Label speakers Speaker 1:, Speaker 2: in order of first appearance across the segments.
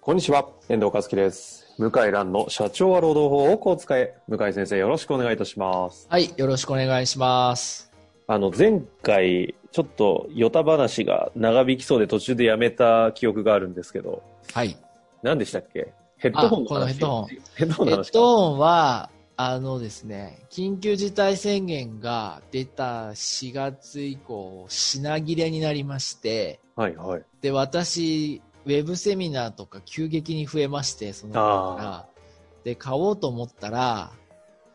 Speaker 1: こんにちは、遠藤和樹です。向井蘭の社長は労働法をこう使え。向井先生、よろしくお願いいたします。
Speaker 2: はい、よろしくお願いします。
Speaker 1: あの、前回、ちょっと、ヨタ話が長引きそうで途中でやめた記憶があるんですけど、
Speaker 2: はい。
Speaker 1: 何でしたっけヘッドホンの話
Speaker 2: あこのヘッドホン。
Speaker 1: ヘッドホ
Speaker 2: ヘ
Speaker 1: ンの話
Speaker 2: ッ
Speaker 1: か。
Speaker 2: ドホンは、あのですね、緊急事態宣言が出た4月以降、品切れになりまして、
Speaker 1: はいはい。
Speaker 2: で、私、ウェブセミナーとか急激に増えまして、その頃から。で、買おうと思ったら、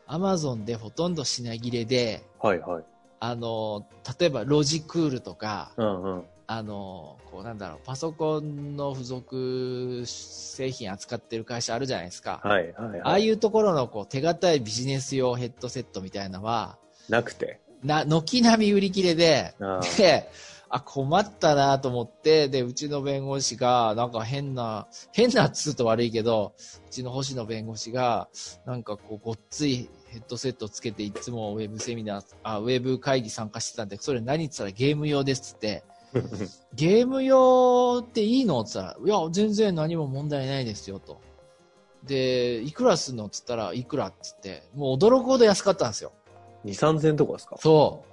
Speaker 2: アマゾンでほとんど品切れで、
Speaker 1: はいはい。
Speaker 2: あの、例えばロジクールとか、
Speaker 1: うんうん。
Speaker 2: あの、こうなんだろう、パソコンの付属製品扱ってる会社あるじゃないですか。
Speaker 1: はいはい、はい。
Speaker 2: ああいうところのこう手堅いビジネス用ヘッドセットみたいなのは、
Speaker 1: なくて。
Speaker 2: な、軒並み売り切れで、
Speaker 1: あー
Speaker 2: で、あ、困ったなと思って、で、うちの弁護士が、なんか変な、変なっつうと悪いけど、うちの星野弁護士が、なんかこう、ごっついヘッドセットつけて、いつもウェブセミナー、あ、ウェブ会議参加してたんで、それ何っつったらゲーム用ですっつって、ゲーム用っていいのって言ったら、いや、全然何も問題ないですよ、と。で、いくらすんのって言ったら、いくらって言って、もう驚くほど安かったんですよ。
Speaker 1: 2、3000とかですか
Speaker 2: そう。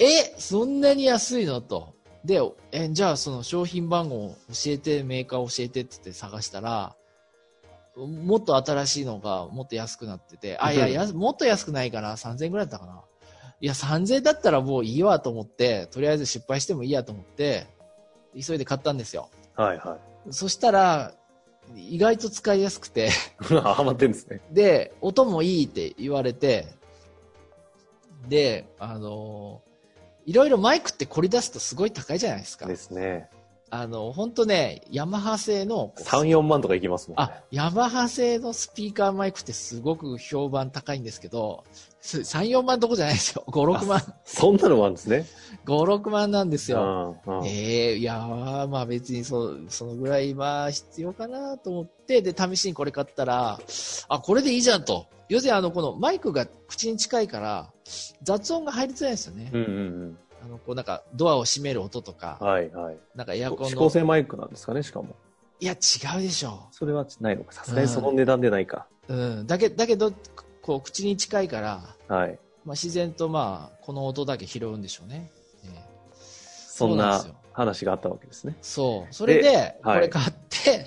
Speaker 2: え、そんなに安いのと。で、え、じゃあその商品番号を教えて、メーカー教えてって言って探したら、もっと新しいのがもっと安くなってて、あ、いや、やすもっと安くないかな、3000円ぐらいだったかな。いや、3000円だったらもういいわと思って、とりあえず失敗してもいいやと思って、急いで買ったんですよ。
Speaker 1: はいは
Speaker 2: そしたら、意外と使いやすくて、
Speaker 1: い。 ハマってんですね。
Speaker 2: で、音もいいって言われて、で、あのいろいろマイクって凝り出すとすごい高いじゃないですか
Speaker 1: で。すね。
Speaker 2: あの、ほんとね、ヤマハ製の、こう
Speaker 1: 3、4万とかいきますもんね。
Speaker 2: あ、ヤマハ製のスピーカーマイクってすごく評判高いんですけど、す3、4万どこじゃないですよ。5、6万、
Speaker 1: そんなのもあるんですね。
Speaker 2: 5、6万なんですよ。
Speaker 1: うんうん
Speaker 2: ええいやーまあ別にそそのぐらいは必要かなと思って、で、試しにこれ買ったら、あ、これでいいじゃんと。要するにあの、このマイクが口に近いから、雑音が入りづらいんですよね。
Speaker 1: うんうん
Speaker 2: あの、こうなんか、ドアを閉める音と
Speaker 1: うん。
Speaker 2: か、
Speaker 1: はいはい。
Speaker 2: なんかエアコン
Speaker 1: 指
Speaker 2: の
Speaker 1: 向。性マイクなんですかね、しかも。
Speaker 2: いや、違うでしょ
Speaker 1: それはないのか。さすがにその値段でないか。
Speaker 2: う。うん。だけ、だけど、こう、口に近いから、
Speaker 1: はい。
Speaker 2: まあ自然とまあ、この音だけ拾うんでしょうね。ええ
Speaker 1: そん
Speaker 2: そうなん
Speaker 1: な
Speaker 2: ですよ
Speaker 1: 話があったわけですね。
Speaker 2: そう。それで、こ
Speaker 1: はい
Speaker 2: れ買って、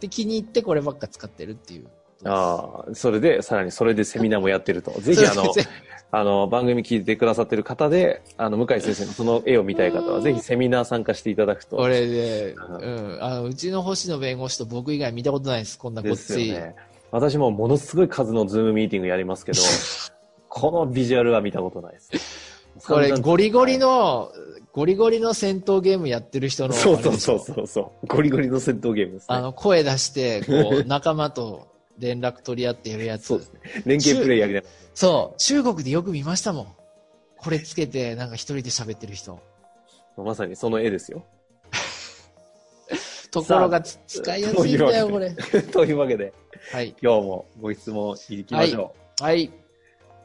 Speaker 2: で、気に入ってこればっか使ってるっていう。
Speaker 1: ああ、それで、さらにそれでセミナーもやってる と。ぜひ、あの
Speaker 2: それ、で
Speaker 1: あの、番組聞いてくださってる方で、あの、向井先生のその絵を見たい方は、ぜひセミナー参加していただくと。
Speaker 2: これで、
Speaker 1: うん
Speaker 2: うん、あのうちの星野弁護士と僕以外見たことないです、こんなご
Speaker 1: で
Speaker 2: っ
Speaker 1: すよ
Speaker 2: つい。
Speaker 1: ね。私もものすごい数のズームミーティングやりますけど、 このビジュアルは見たことないです。
Speaker 2: これ、
Speaker 1: 散々
Speaker 2: ゴリゴリの、ゴリゴリの戦闘ゲームやってる人の、
Speaker 1: そうそうそ
Speaker 2: あれ
Speaker 1: う
Speaker 2: でしょ
Speaker 1: そうそう。ゴリゴリの戦闘ゲームです
Speaker 2: あ
Speaker 1: ね。
Speaker 2: の、声出し て、こう、仲間と連絡取り合ってやるやつ。
Speaker 1: そ
Speaker 2: そうう
Speaker 1: ですね。連携プレイやりながら。
Speaker 2: 中国でよく見ましたもん。これつけて、なんか一人で喋ってる人。
Speaker 1: まさにその絵ですよ。
Speaker 2: ところがつ、使いやすいんだよ、
Speaker 1: こ
Speaker 2: こ
Speaker 1: ういう
Speaker 2: れ。
Speaker 1: というわけで、
Speaker 2: はい。
Speaker 1: 今日もご質問いきましょ
Speaker 2: はい。
Speaker 1: う。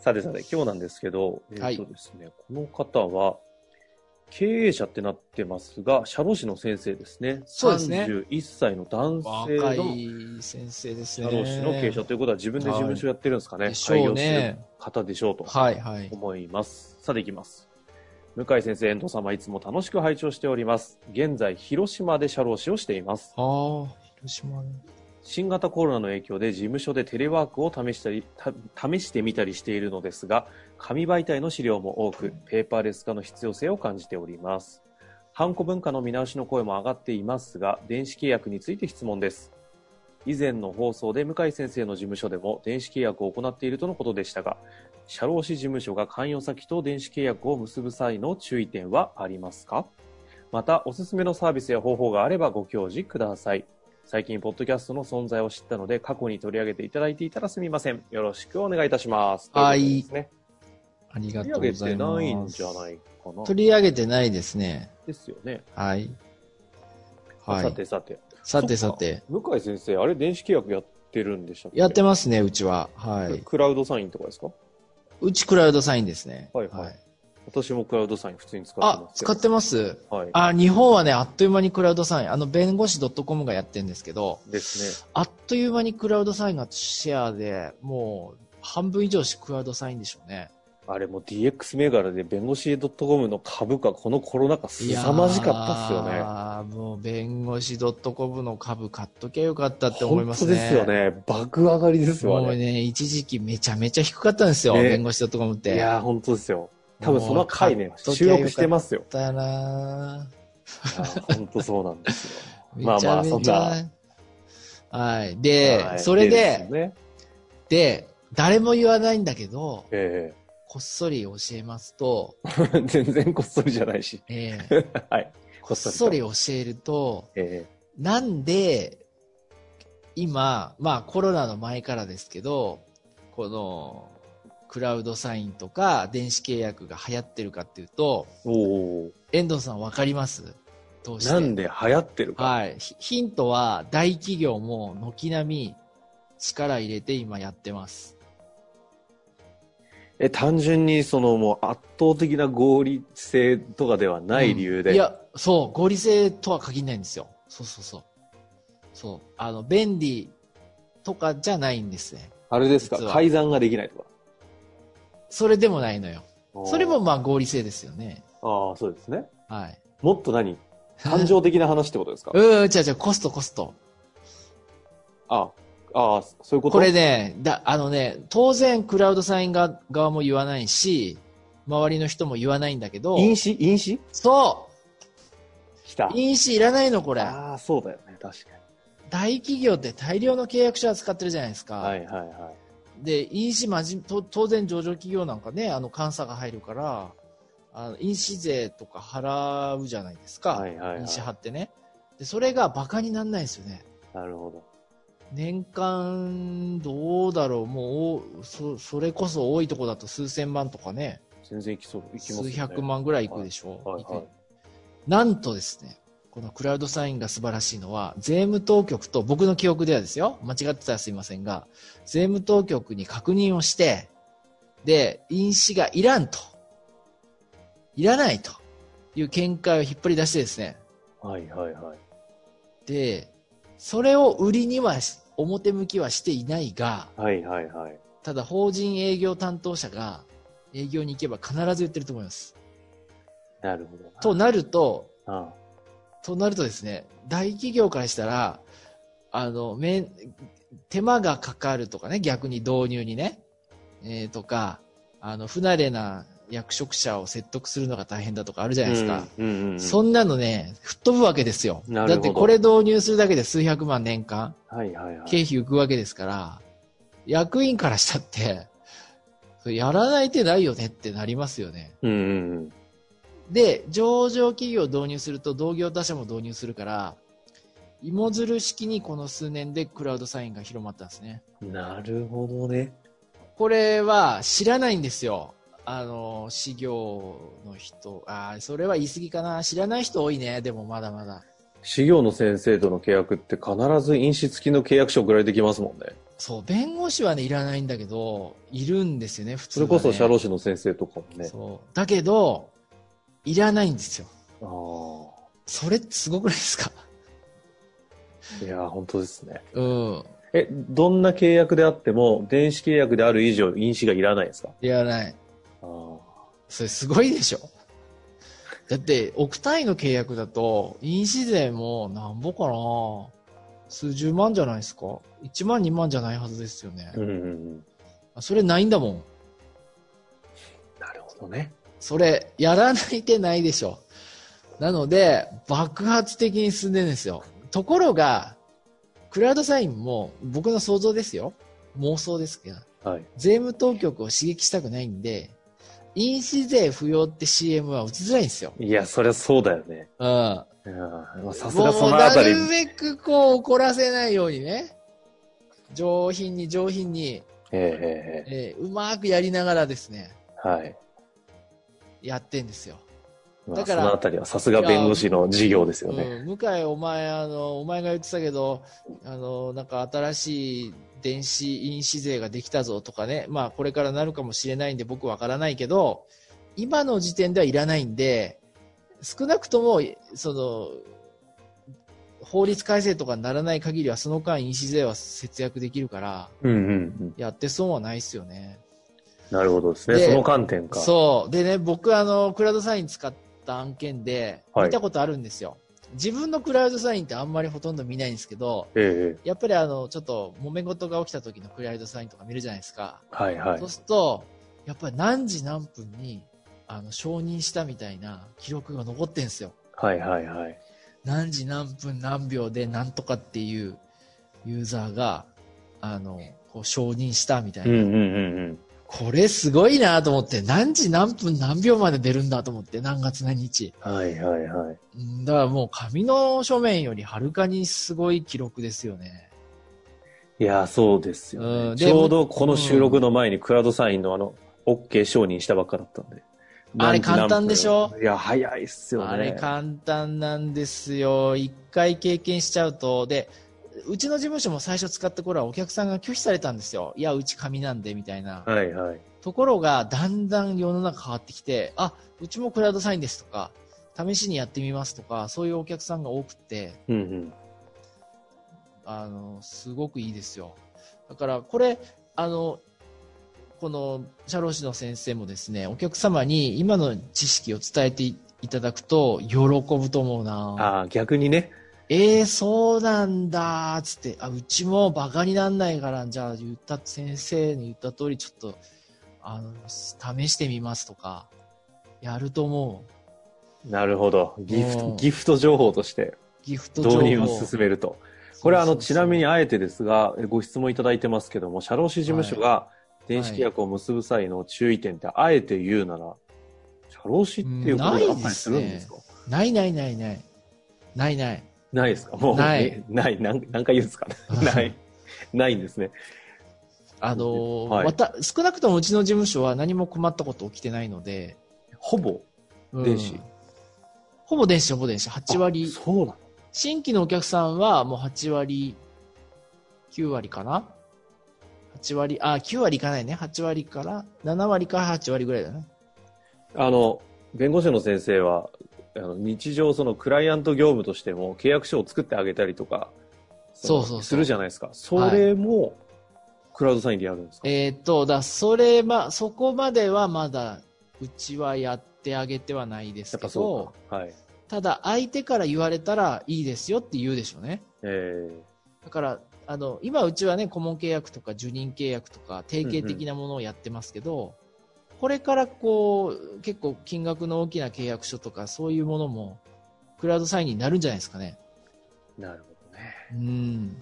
Speaker 1: さてさて、今日なんですけど、え
Speaker 2: は
Speaker 1: っ
Speaker 2: い
Speaker 1: とですね、この方は、経営者ってなってますが、社労士の先生ですね。
Speaker 2: そうですね
Speaker 1: 31歳の男性
Speaker 2: 若
Speaker 1: の
Speaker 2: い先生です
Speaker 1: 社
Speaker 2: ね。
Speaker 1: 労士の経営者ということは、自分で事務所やってるんですかね。
Speaker 2: でしょう
Speaker 1: 開業す
Speaker 2: ね
Speaker 1: る。方でしょうと
Speaker 2: はい、はい。
Speaker 1: 思います。さていきます。向井先生、遠藤様、いつも楽しく拝聴しております。現在、広島で社労士をしています。
Speaker 2: ああ、広島ね。
Speaker 1: 新型コロナの影響で事務所でテレワークを試したりた試してみたりしているのですが紙媒体の資料も多くペーパーレス化の必要性を感じておりますハンコ文化の見直しの声も上がっていますが電子契約について質問です以前の放送で向井先生の事務所でも電子契約を行っているとのことでしたが社労士事務所が関与先と電子契約を結ぶ際の注意点はありますかまた、おすすめのサービスや方法があればご教示ください。最近、ポッドキャストの存在を知ったので、過去に取り上げていただいていたらすみません。よろしくお願いいたします。
Speaker 2: はい
Speaker 1: とうことですね。
Speaker 2: ありが
Speaker 1: 取
Speaker 2: と
Speaker 1: り
Speaker 2: う
Speaker 1: 上げ
Speaker 2: ござ
Speaker 1: て
Speaker 2: います。
Speaker 1: ないんじゃないかな。
Speaker 2: 取り上げてないですね。
Speaker 1: ですよね。
Speaker 2: はい。は
Speaker 1: さ
Speaker 2: い。
Speaker 1: てさて。
Speaker 2: さてさて。
Speaker 1: 向井先生、あれ、電子契約やってるんでしたっけ
Speaker 2: やってますね、うちは。はい。
Speaker 1: クラウドサインとかですか
Speaker 2: うちクラウドサインですね。
Speaker 1: はいはい私もクラウドサイン普通に使って
Speaker 2: あ
Speaker 1: ま、すけど。
Speaker 2: 使ってます
Speaker 1: はい。
Speaker 2: あ、日本はね、あっという間にクラウドサイン、あの、弁護士 .com がやってるんですけど、
Speaker 1: ですね。
Speaker 2: あっという間にクラウドサインがシェアで、もう、半分以上しクラウドサインでしょうね。
Speaker 1: あれもう DX 銘柄で弁護士 .com の株価、このコロナ禍
Speaker 2: いやー
Speaker 1: 凄まじかったっすよね。
Speaker 2: もう、弁護士 .com の株買っときゃよかったって思い
Speaker 1: 本
Speaker 2: ます
Speaker 1: 当
Speaker 2: ね。
Speaker 1: ですよ。ね。爆上がりですよ
Speaker 2: もう
Speaker 1: ね。
Speaker 2: ね、一時期めちゃめちゃ低かったんですよ、
Speaker 1: ね
Speaker 2: 弁護士 .com っ
Speaker 1: い
Speaker 2: て。
Speaker 1: やー、本当ですよ。多分その回ね
Speaker 2: もう、買っときゃ
Speaker 1: 収
Speaker 2: よか
Speaker 1: 録してますよ。
Speaker 2: だよな
Speaker 1: 本当そうなんですよ。
Speaker 2: ぁ
Speaker 1: まあまあ
Speaker 2: めちゃめちゃはい。 で、
Speaker 1: はい
Speaker 2: それ
Speaker 1: す
Speaker 2: で、
Speaker 1: ね
Speaker 2: で、誰も言わないんだけど、
Speaker 1: え
Speaker 2: こっそり教えますと、
Speaker 1: え 全然こっそりじゃないし。
Speaker 2: え ー
Speaker 1: はい。
Speaker 2: こっそり教えると、
Speaker 1: え
Speaker 2: なんで、今、まあコロナの前からですけど、この、クラウドサインとか電子契約が流行ってるかっていうと、
Speaker 1: えおお。
Speaker 2: 遠藤さんわかりますどうして
Speaker 1: なんで流行ってるか。
Speaker 2: はい。ヒヒントは、大企業も軒並み力入れて今やってます。
Speaker 1: え、単純にそのもう圧倒的な合理性とかではない理由で。
Speaker 2: うんいや、そう、合理性とは限らないんですよ。そうそうそう。そう。あの、便利とかじゃないんですね。
Speaker 1: あれですか、
Speaker 2: 実は
Speaker 1: 改ざんができないとか。
Speaker 2: それでもないのよ。それも
Speaker 1: あ
Speaker 2: まあ合理性ですよね。
Speaker 1: ーあー、そうですね。
Speaker 2: はい。
Speaker 1: もっと 何感情的な話ってことですか
Speaker 2: うん、違う違う、コストコスト。
Speaker 1: ああー、そういうこと
Speaker 2: これね、だ、あのね、当然クラウドサインが側も言わないし、周りの人も言わないんだけど、
Speaker 1: 飲酒飲酒
Speaker 2: そ
Speaker 1: 来た
Speaker 2: う。飲酒いらないの、これ。
Speaker 1: ああ、そうだよね。確かに。
Speaker 2: 大企業って大量の契約書扱ってるじゃないですか。
Speaker 1: はいはいはい。
Speaker 2: で、飲酒まじと当然上場企業なんかね、あの監査が入るから、あの飲酒税とか払うじゃないですか。
Speaker 1: はいはいはい
Speaker 2: 飲酒派ってね。で、それが馬鹿にならないんですよね。
Speaker 1: なるほど。
Speaker 2: 年間、どうだろう、もうおそ、それこそ多いとこだと数千万とかね、
Speaker 1: 全然いきそう。いきますよ
Speaker 2: 数
Speaker 1: ね。
Speaker 2: 百万ぐらいいくでしょう、
Speaker 1: はいはいはい
Speaker 2: いくなんとですね、このクラウドサインが素晴らしいのは、税務当局と、僕の記憶ではですよ、間違ってたらすいませんが、税務当局に確認をして、で、印紙がいらんと、いらないという見解を引っ張り出してですね、
Speaker 1: はいはいはい。
Speaker 2: で、それを売りにはし、表向きはしていないが、
Speaker 1: はいはいはい。
Speaker 2: ただ法人営業担当者が営業に行けば必ず言ってると思います。
Speaker 1: なるほどな。
Speaker 2: となると、
Speaker 1: あ
Speaker 2: となるとですね、大企業からしたら、あの、めん手間がかかるとかね、逆に導入にね、えーとか、あの、不慣れな役職者を説得するのが大変だとかあるじゃ
Speaker 1: あ
Speaker 2: ないですか。。
Speaker 1: うんうんうん。
Speaker 2: そんなのね、吹っ飛ぶわけですよ。
Speaker 1: な
Speaker 2: だ
Speaker 1: る
Speaker 2: っ
Speaker 1: ほど
Speaker 2: てこれ導入するだけで数百万年間、
Speaker 1: はいはいはい。
Speaker 2: 経費浮くわけですから、役員からしたって、それやらない手ないよねってなりますよね。
Speaker 1: うんうんうん。
Speaker 2: で、上場企業を導入すると同業他社も導入するから、芋づる式にこの数年でクラウドサインが広まったんですね。
Speaker 1: なるほどね。
Speaker 2: これは知らないんですよ。あの、事業の人。ああ、それは言い過ぎかな。知らない人多いね。でもまだまだ。
Speaker 1: 修行の先生との契約って必ず印紙付きの契約書送られてきますもんね。
Speaker 2: そう、弁護士はね、いらないんだけど、いるんですよね、普
Speaker 1: そ
Speaker 2: 通は
Speaker 1: れ
Speaker 2: ね、
Speaker 1: こそ社労士の先生とかもね。
Speaker 2: そう。だけど、いらないんですよ。
Speaker 1: あ
Speaker 2: それってすごくないですか
Speaker 1: あ。いやー、本当ですね。
Speaker 2: うん。
Speaker 1: え、どんな契約であっても、電子契約である以上、印紙がいらないですか
Speaker 2: いらない。
Speaker 1: ああ。
Speaker 2: それすごいでしょ。だって、億単位の契約だと、印紙税もなんぼかな数十万じゃないですか ?1 万2万じゃないはずですよね
Speaker 1: う。んうんうん。
Speaker 2: あそれないんだもん。
Speaker 1: なるほどね。
Speaker 2: それ、やらない手ないでしょ。なので、爆発的に進んでるんですよ。ところが、クラウドサインも、僕の想像ですよ。妄想ですけど、
Speaker 1: はい。
Speaker 2: 税務当局を刺激したくないんで、飲酒税不要って CM は打ちづらいんですよ。
Speaker 1: いや、そりゃそうだよね。
Speaker 2: うん。も
Speaker 1: うんまあさすがそうのあ
Speaker 2: な
Speaker 1: たり。
Speaker 2: るべくこう怒らせないようにね、上品に上品に、
Speaker 1: えええええ
Speaker 2: えーうまくやりながらですね、
Speaker 1: えはい。
Speaker 2: やってんですよ。
Speaker 1: ま
Speaker 2: だ
Speaker 1: あ、
Speaker 2: か
Speaker 1: そ
Speaker 2: ら
Speaker 1: のあたりはさすが弁護士の事業ですよね。
Speaker 2: うん、向井、お前、あの、お前が言ってたけど、あの、なんか新しい電子飲酒税ができたぞとかね、まあこれからなるかもしれないんで僕わからないけど、今の時点ではいらないんで、少なくとも、その、法律改正とかにならない限りは、その間飲酒税は節約できるから、
Speaker 1: うんうんうん。
Speaker 2: やって損はないですよね。
Speaker 1: なるほどですね。
Speaker 2: で
Speaker 1: その観点か。
Speaker 2: そう。でね、僕、あの、クラウドサイン使った案件で、
Speaker 1: はい
Speaker 2: 見たことあるんですよ。自分のクラウドサインってあんまりほとんど見ないんですけど、
Speaker 1: ええ
Speaker 2: やっぱりあの、ちょっと揉め事が起きた時のクラウドサインとか見るじゃないですか。
Speaker 1: はいはい
Speaker 2: そう。すると、やっぱり何時何分に、あの、承認したみたいな記録が残ってんですよ。
Speaker 1: はいはいはい。
Speaker 2: 何時何分何秒で何とかっていうユーザーが、あの、こう承認したみたい
Speaker 1: うん
Speaker 2: な。
Speaker 1: うんうんうん。
Speaker 2: これすごいなと思って、何時何分何秒まで出るんだと思って、何月何日。
Speaker 1: はいはいはい。
Speaker 2: うんだからもう紙の書面よりはるかにすごい記録ですよね。
Speaker 1: いや、そうですよね、
Speaker 2: うんで
Speaker 1: ちょうどこの収録の前にクラウドサインのあの、OK 承認したばっかだったんで。
Speaker 2: あれ
Speaker 1: 何時何分
Speaker 2: 簡単でしょ
Speaker 1: いや、早いっすよね。
Speaker 2: あれ簡単なんですよ。一回経験しちゃうと。で、うちの事務所も最初使った頃はお客さんが拒否されたんですよ。いや、うち紙なんで、みたいな。
Speaker 1: はいはい。
Speaker 2: ところが、だんだん世の中変わってきて、あ、うちもクラウドサインですとか、試しにやってみますとか、そういうお客さんが多くって、
Speaker 1: うんうん。
Speaker 2: あの、すごくいいですよ。だから、これ、あの、この、社労士の先生もですね、お客様に今の知識を伝えていただくと、喜ぶと思うな
Speaker 1: ああ、逆にね。
Speaker 2: ええそうなんだ、つって、あ、うちもバカになんないから、じゃあ、言った、先生に言った通り、ちょっと、あの、試してみますとか、やると思う。
Speaker 1: なるほど。ギフ
Speaker 2: う
Speaker 1: ト、
Speaker 2: ん
Speaker 1: ギフト情報として
Speaker 2: ギフト情
Speaker 1: 導
Speaker 2: 報
Speaker 1: 入を進めると。これはあの、
Speaker 2: そうそ
Speaker 1: ち
Speaker 2: うそう
Speaker 1: なみにあえてですが、えご質問いただいてますけども、社労士事務所が電子契約を結ぶ際の注意点って、あえて言うなら、社労士っていうこと
Speaker 2: う
Speaker 1: が
Speaker 2: んな
Speaker 1: あ
Speaker 2: い
Speaker 1: っ
Speaker 2: で
Speaker 1: たり
Speaker 2: す
Speaker 1: す
Speaker 2: ね
Speaker 1: るんですか
Speaker 2: ないないないない。ないない。
Speaker 1: ないですかもう、
Speaker 2: ない
Speaker 1: えない。何何回言うん ですかない。ないんですね。
Speaker 2: あのー
Speaker 1: はい
Speaker 2: また、少なくともうちの事務所は何も困ったこと起きてないので、
Speaker 1: ほぼ。
Speaker 2: うん
Speaker 1: 電子
Speaker 2: ほぼ電子、ほぼ電子、8
Speaker 1: あ
Speaker 2: 割。
Speaker 1: そうなの
Speaker 2: 新規のお客さんはもう8割、9割かな ?8 割、あ、9割いかないね。8割から、7割から8割ぐらいだね。
Speaker 1: あの、弁護士の先生は、あの日常、そのクライアント業務としても契約書を作ってあげたりとか、の
Speaker 2: そうそうそう
Speaker 1: するじゃないですか。
Speaker 2: はい
Speaker 1: それも、クラウドサインでやるんですか、
Speaker 2: えーっと、だ、それま、そこまではまだ、うちはやってあげてはないです
Speaker 1: やっぱ
Speaker 2: けど
Speaker 1: そ、うか。はい。
Speaker 2: ただ相手から言われたらいいですよって言うでしょうね。
Speaker 1: えー
Speaker 2: だから、あの、今うちはね、顧問契約とか受任契約とか、定型的なものをやってますけど、これからこう、結構金額の大きな契約書とか、そういうものも、クラウドサインになるんじゃないですかね。
Speaker 1: なるほどね。
Speaker 2: うん。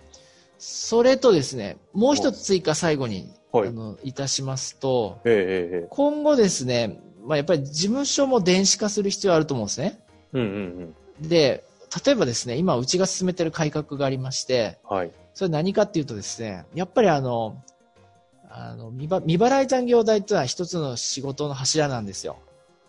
Speaker 2: それとですね、もう一つ追加最後に、
Speaker 1: はい
Speaker 2: あの、いたしますと、
Speaker 1: えええええ
Speaker 2: 今後ですね、まあ、やっぱり事務所も電子化する必要あると思うんですね。
Speaker 1: えうんうんうん。
Speaker 2: で、例えばですね、今うちが進めてる改革がありまして、
Speaker 1: はい。
Speaker 2: それ何かっていうとですね、やっぱりあの、あの、未ば未払い残業代というのは一つの仕事の柱なんですよ。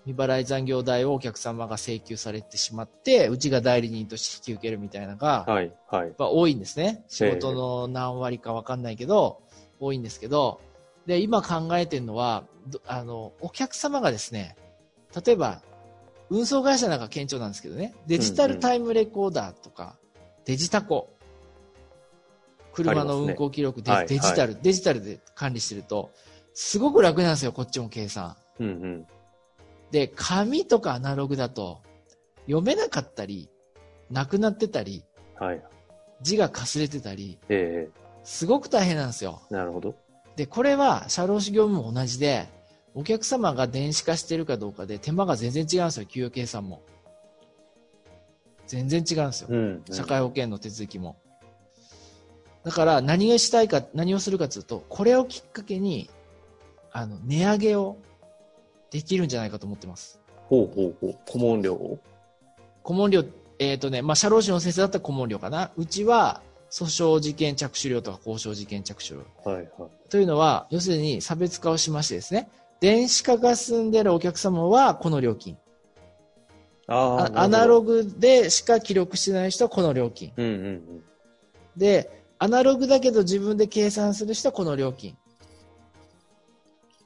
Speaker 2: 未払い残業代をお客様が請求されてしまって、うちが代理人として引き受けるみたいなのが、やっ
Speaker 1: はい。はい。
Speaker 2: ぱ多いんですね。仕事の何割かわかんないけど、多いんですけど、で、今考えてるのは、どあの、お客様がですね、例えば、運送会社なんか県庁なんですけどね、デジタルタイムレコーダーとか、デジタコ、車の運行記録、
Speaker 1: ありますね
Speaker 2: デデ
Speaker 1: はい
Speaker 2: ジタル、デジタルで管理してると、すごく楽なんですよ、こっちも計算。
Speaker 1: うんうん。
Speaker 2: で、紙とかアナログだと、読めなかったり、なくなってたり、
Speaker 1: はい。
Speaker 2: 字がかすれてたり、
Speaker 1: ええ
Speaker 2: すごく大変なんですよ。
Speaker 1: なるほど。
Speaker 2: で、これは、社労士業務も同じで、お客様が電子化してるかどうかで、手間が全然違うんですよ、給与計算も。全然違うんですよ。
Speaker 1: うん、うん。
Speaker 2: 社会保険の手続きも。だから、何をしたいか、何をするかというと、これをきっかけに、あの、値上げをできるんじゃないかと思ってます。
Speaker 1: ほうほうほう。顧問料を。
Speaker 2: 顧問料、えっ、とね、まあ、社労士の先生だったら顧問料かな。うちは、訴訟事件着手料とか交渉事件着手料。
Speaker 1: はいはい。
Speaker 2: というのは、要するに差別化をしましてですね、電子化が進んでいるお客様はこの料金。
Speaker 1: あ
Speaker 2: あ
Speaker 1: ー
Speaker 2: アナロ。グでしか記録してない人はこの料金。
Speaker 1: なるほどうんうんうん。
Speaker 2: で、アナログだけど自分で計算する人はこの料金。っ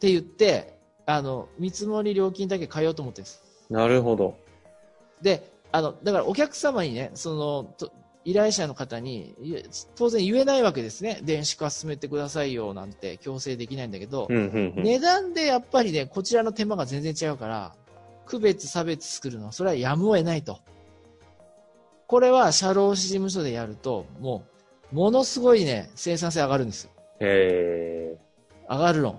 Speaker 2: て言って、あの、見積もり料金だけ変えようと思ってるんです。
Speaker 1: なるほど。
Speaker 2: で、あの、だからお客様にね、その、と依頼者の方に、いえ当然言えないわけですね。電子化進めてくださいよなんて強制できないんだけど
Speaker 1: う、んうんうん。
Speaker 2: 値段でやっぱりね、こちらの手間が全然違うから、区別、差別作るのは、それはやむを得ないと。これは、社労士事務所でやると、もう、ものすごいね、生産性上がるんですよ。
Speaker 1: へえ。
Speaker 2: 上がるの。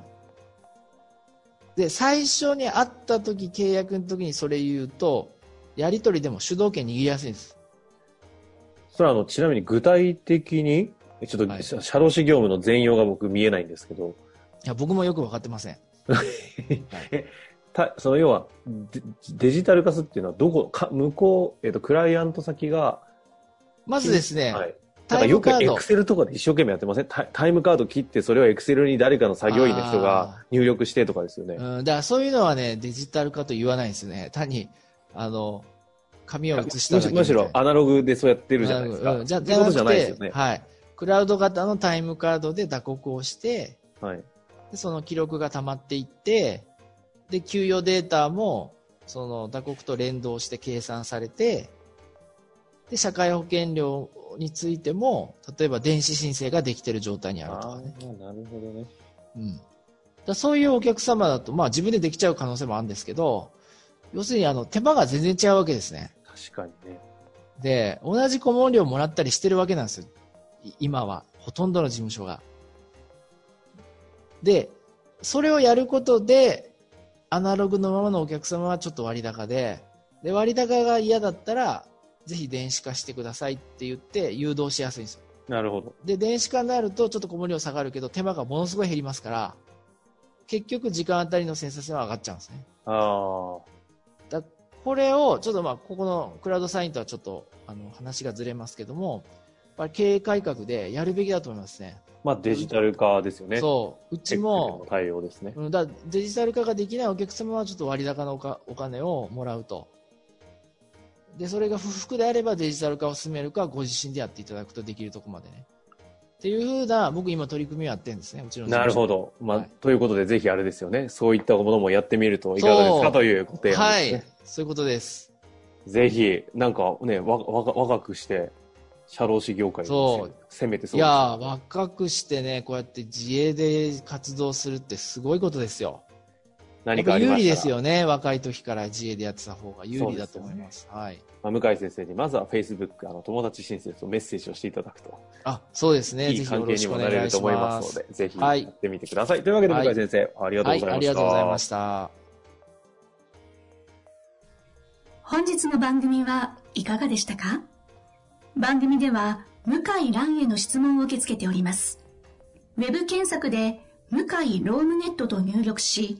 Speaker 2: で、最初に会った時、契約の時にそれ言うと、やり取りでも主導権握りやすいんです。
Speaker 1: それはあの、ちなみに具体的に、ちょっと、
Speaker 2: はい
Speaker 1: 社労士業務の全容が僕見えないんですけど、
Speaker 2: いや、僕もよく分かってません。
Speaker 1: たその要はデ、デジタル化するっていうのは、どこか、向こう、えっ、と、クライアント先が、
Speaker 2: まずですね、
Speaker 1: はい。だか
Speaker 2: タ
Speaker 1: ら
Speaker 2: イ
Speaker 1: よ
Speaker 2: ム
Speaker 1: く
Speaker 2: カー
Speaker 1: エ
Speaker 2: ド
Speaker 1: ク。セルとかで一生懸命やってませんタイタイムカード切って、それをエクセルに誰かの作業員の人が入力してとかですよね。
Speaker 2: うん、だからそういうのはね、デジタル化と言わないんですよね。単に、あの、紙を写しただけみた
Speaker 1: む
Speaker 2: い
Speaker 1: し
Speaker 2: な
Speaker 1: ろアナログでそうやってるじゃないですか。
Speaker 2: うんじゃ
Speaker 1: ってことじゃないですよ
Speaker 2: じゃな
Speaker 1: ね
Speaker 2: くて。はい。クラウド型のタイムカードで打刻をして、
Speaker 1: はい。
Speaker 2: でその記録が溜まっていって、で、給与データも、その打刻と連動して計算されて、で、社会保険料についても、例えば電子申請ができてる状態にあると
Speaker 1: あ
Speaker 2: かね。
Speaker 1: あ、なるほどね。
Speaker 2: うん、だからそういうお客様だと、まあ自分でできちゃう可能性もあるんですけど、要するにあの手間が全然違うわけですね。
Speaker 1: 確かにね。
Speaker 2: で、同じ顧問料もらったりしてるわけなんですよ。い今は。ほとんどの事務所が。で、それをやることで、アナログのままのお客様はちょっと割高で、で、割高が嫌だったら、ぜひ電子化してくださいって言って誘導しやすいんですよ。
Speaker 1: なるほど。
Speaker 2: で、電子化になるとちょっと顧問料下がるけど、手間がものすごい減りますから、結局時間あたりの生産性は上がっちゃうんですね。
Speaker 1: あ
Speaker 2: だこれを、ちょっとまあ、ここのクラウドサインとはちょっと、あの、話がずれますけども、やっぱり経営改革でやるべきだと思いますね。
Speaker 1: あ、まあデジタル化ですよね。
Speaker 2: そう。うち
Speaker 1: テックでの
Speaker 2: も、
Speaker 1: 対応ですね。
Speaker 2: うん、だデジタル化ができないお客様はちょっと割高のおかお金をもらうと。で、それが不服であればデジタル化を進めるか、ご自身でやっていただくとできるところまでね。っていうふうな、僕今取り組みをやってるんですね、うちの事
Speaker 1: な
Speaker 2: 務
Speaker 1: る
Speaker 2: 所
Speaker 1: ほど。まあ、
Speaker 2: はい
Speaker 1: ということで、ぜひあれですよね。そういったものもやってみるといかがです
Speaker 2: そ
Speaker 1: か
Speaker 2: う
Speaker 1: というご提案
Speaker 2: は
Speaker 1: ですね。
Speaker 2: い。そういうことです。
Speaker 1: ぜひ、なんかね、わ若若くして、社労士業界
Speaker 2: そ
Speaker 1: を
Speaker 2: う
Speaker 1: 攻めてそです
Speaker 2: いうやー
Speaker 1: よね
Speaker 2: 若くしてね、こうやって自営で活動するってすごいことですよ。
Speaker 1: 何かあり
Speaker 2: やっ
Speaker 1: ま
Speaker 2: ぱ
Speaker 1: し
Speaker 2: 有利で
Speaker 1: た
Speaker 2: す
Speaker 1: ら、
Speaker 2: よね。若い時から自営でやってた方が有利だと思います。はい。
Speaker 1: まあ、向井先生にまずは Facebook、あの友達申請とメッセージをしていただくと、
Speaker 2: あ、そうですね。
Speaker 1: い
Speaker 2: ぜ
Speaker 1: い
Speaker 2: ひ
Speaker 1: 関
Speaker 2: よ
Speaker 1: 係
Speaker 2: ろ
Speaker 1: に
Speaker 2: しく
Speaker 1: も
Speaker 2: お
Speaker 1: な
Speaker 2: 願
Speaker 1: れる
Speaker 2: い
Speaker 1: と
Speaker 2: し
Speaker 1: 思いま
Speaker 2: ますす。
Speaker 1: ので、ぜひや
Speaker 2: はい
Speaker 1: ってみてください。というわけで、
Speaker 2: はい
Speaker 1: 向井先生、ありがとう
Speaker 2: は
Speaker 1: ございました。
Speaker 2: い、ありがとうございました。
Speaker 3: 本日の番組はいかがでしたか番組では向井蘭への質問を受け付けております。ウェブ検索で向井ロームネットと入力し、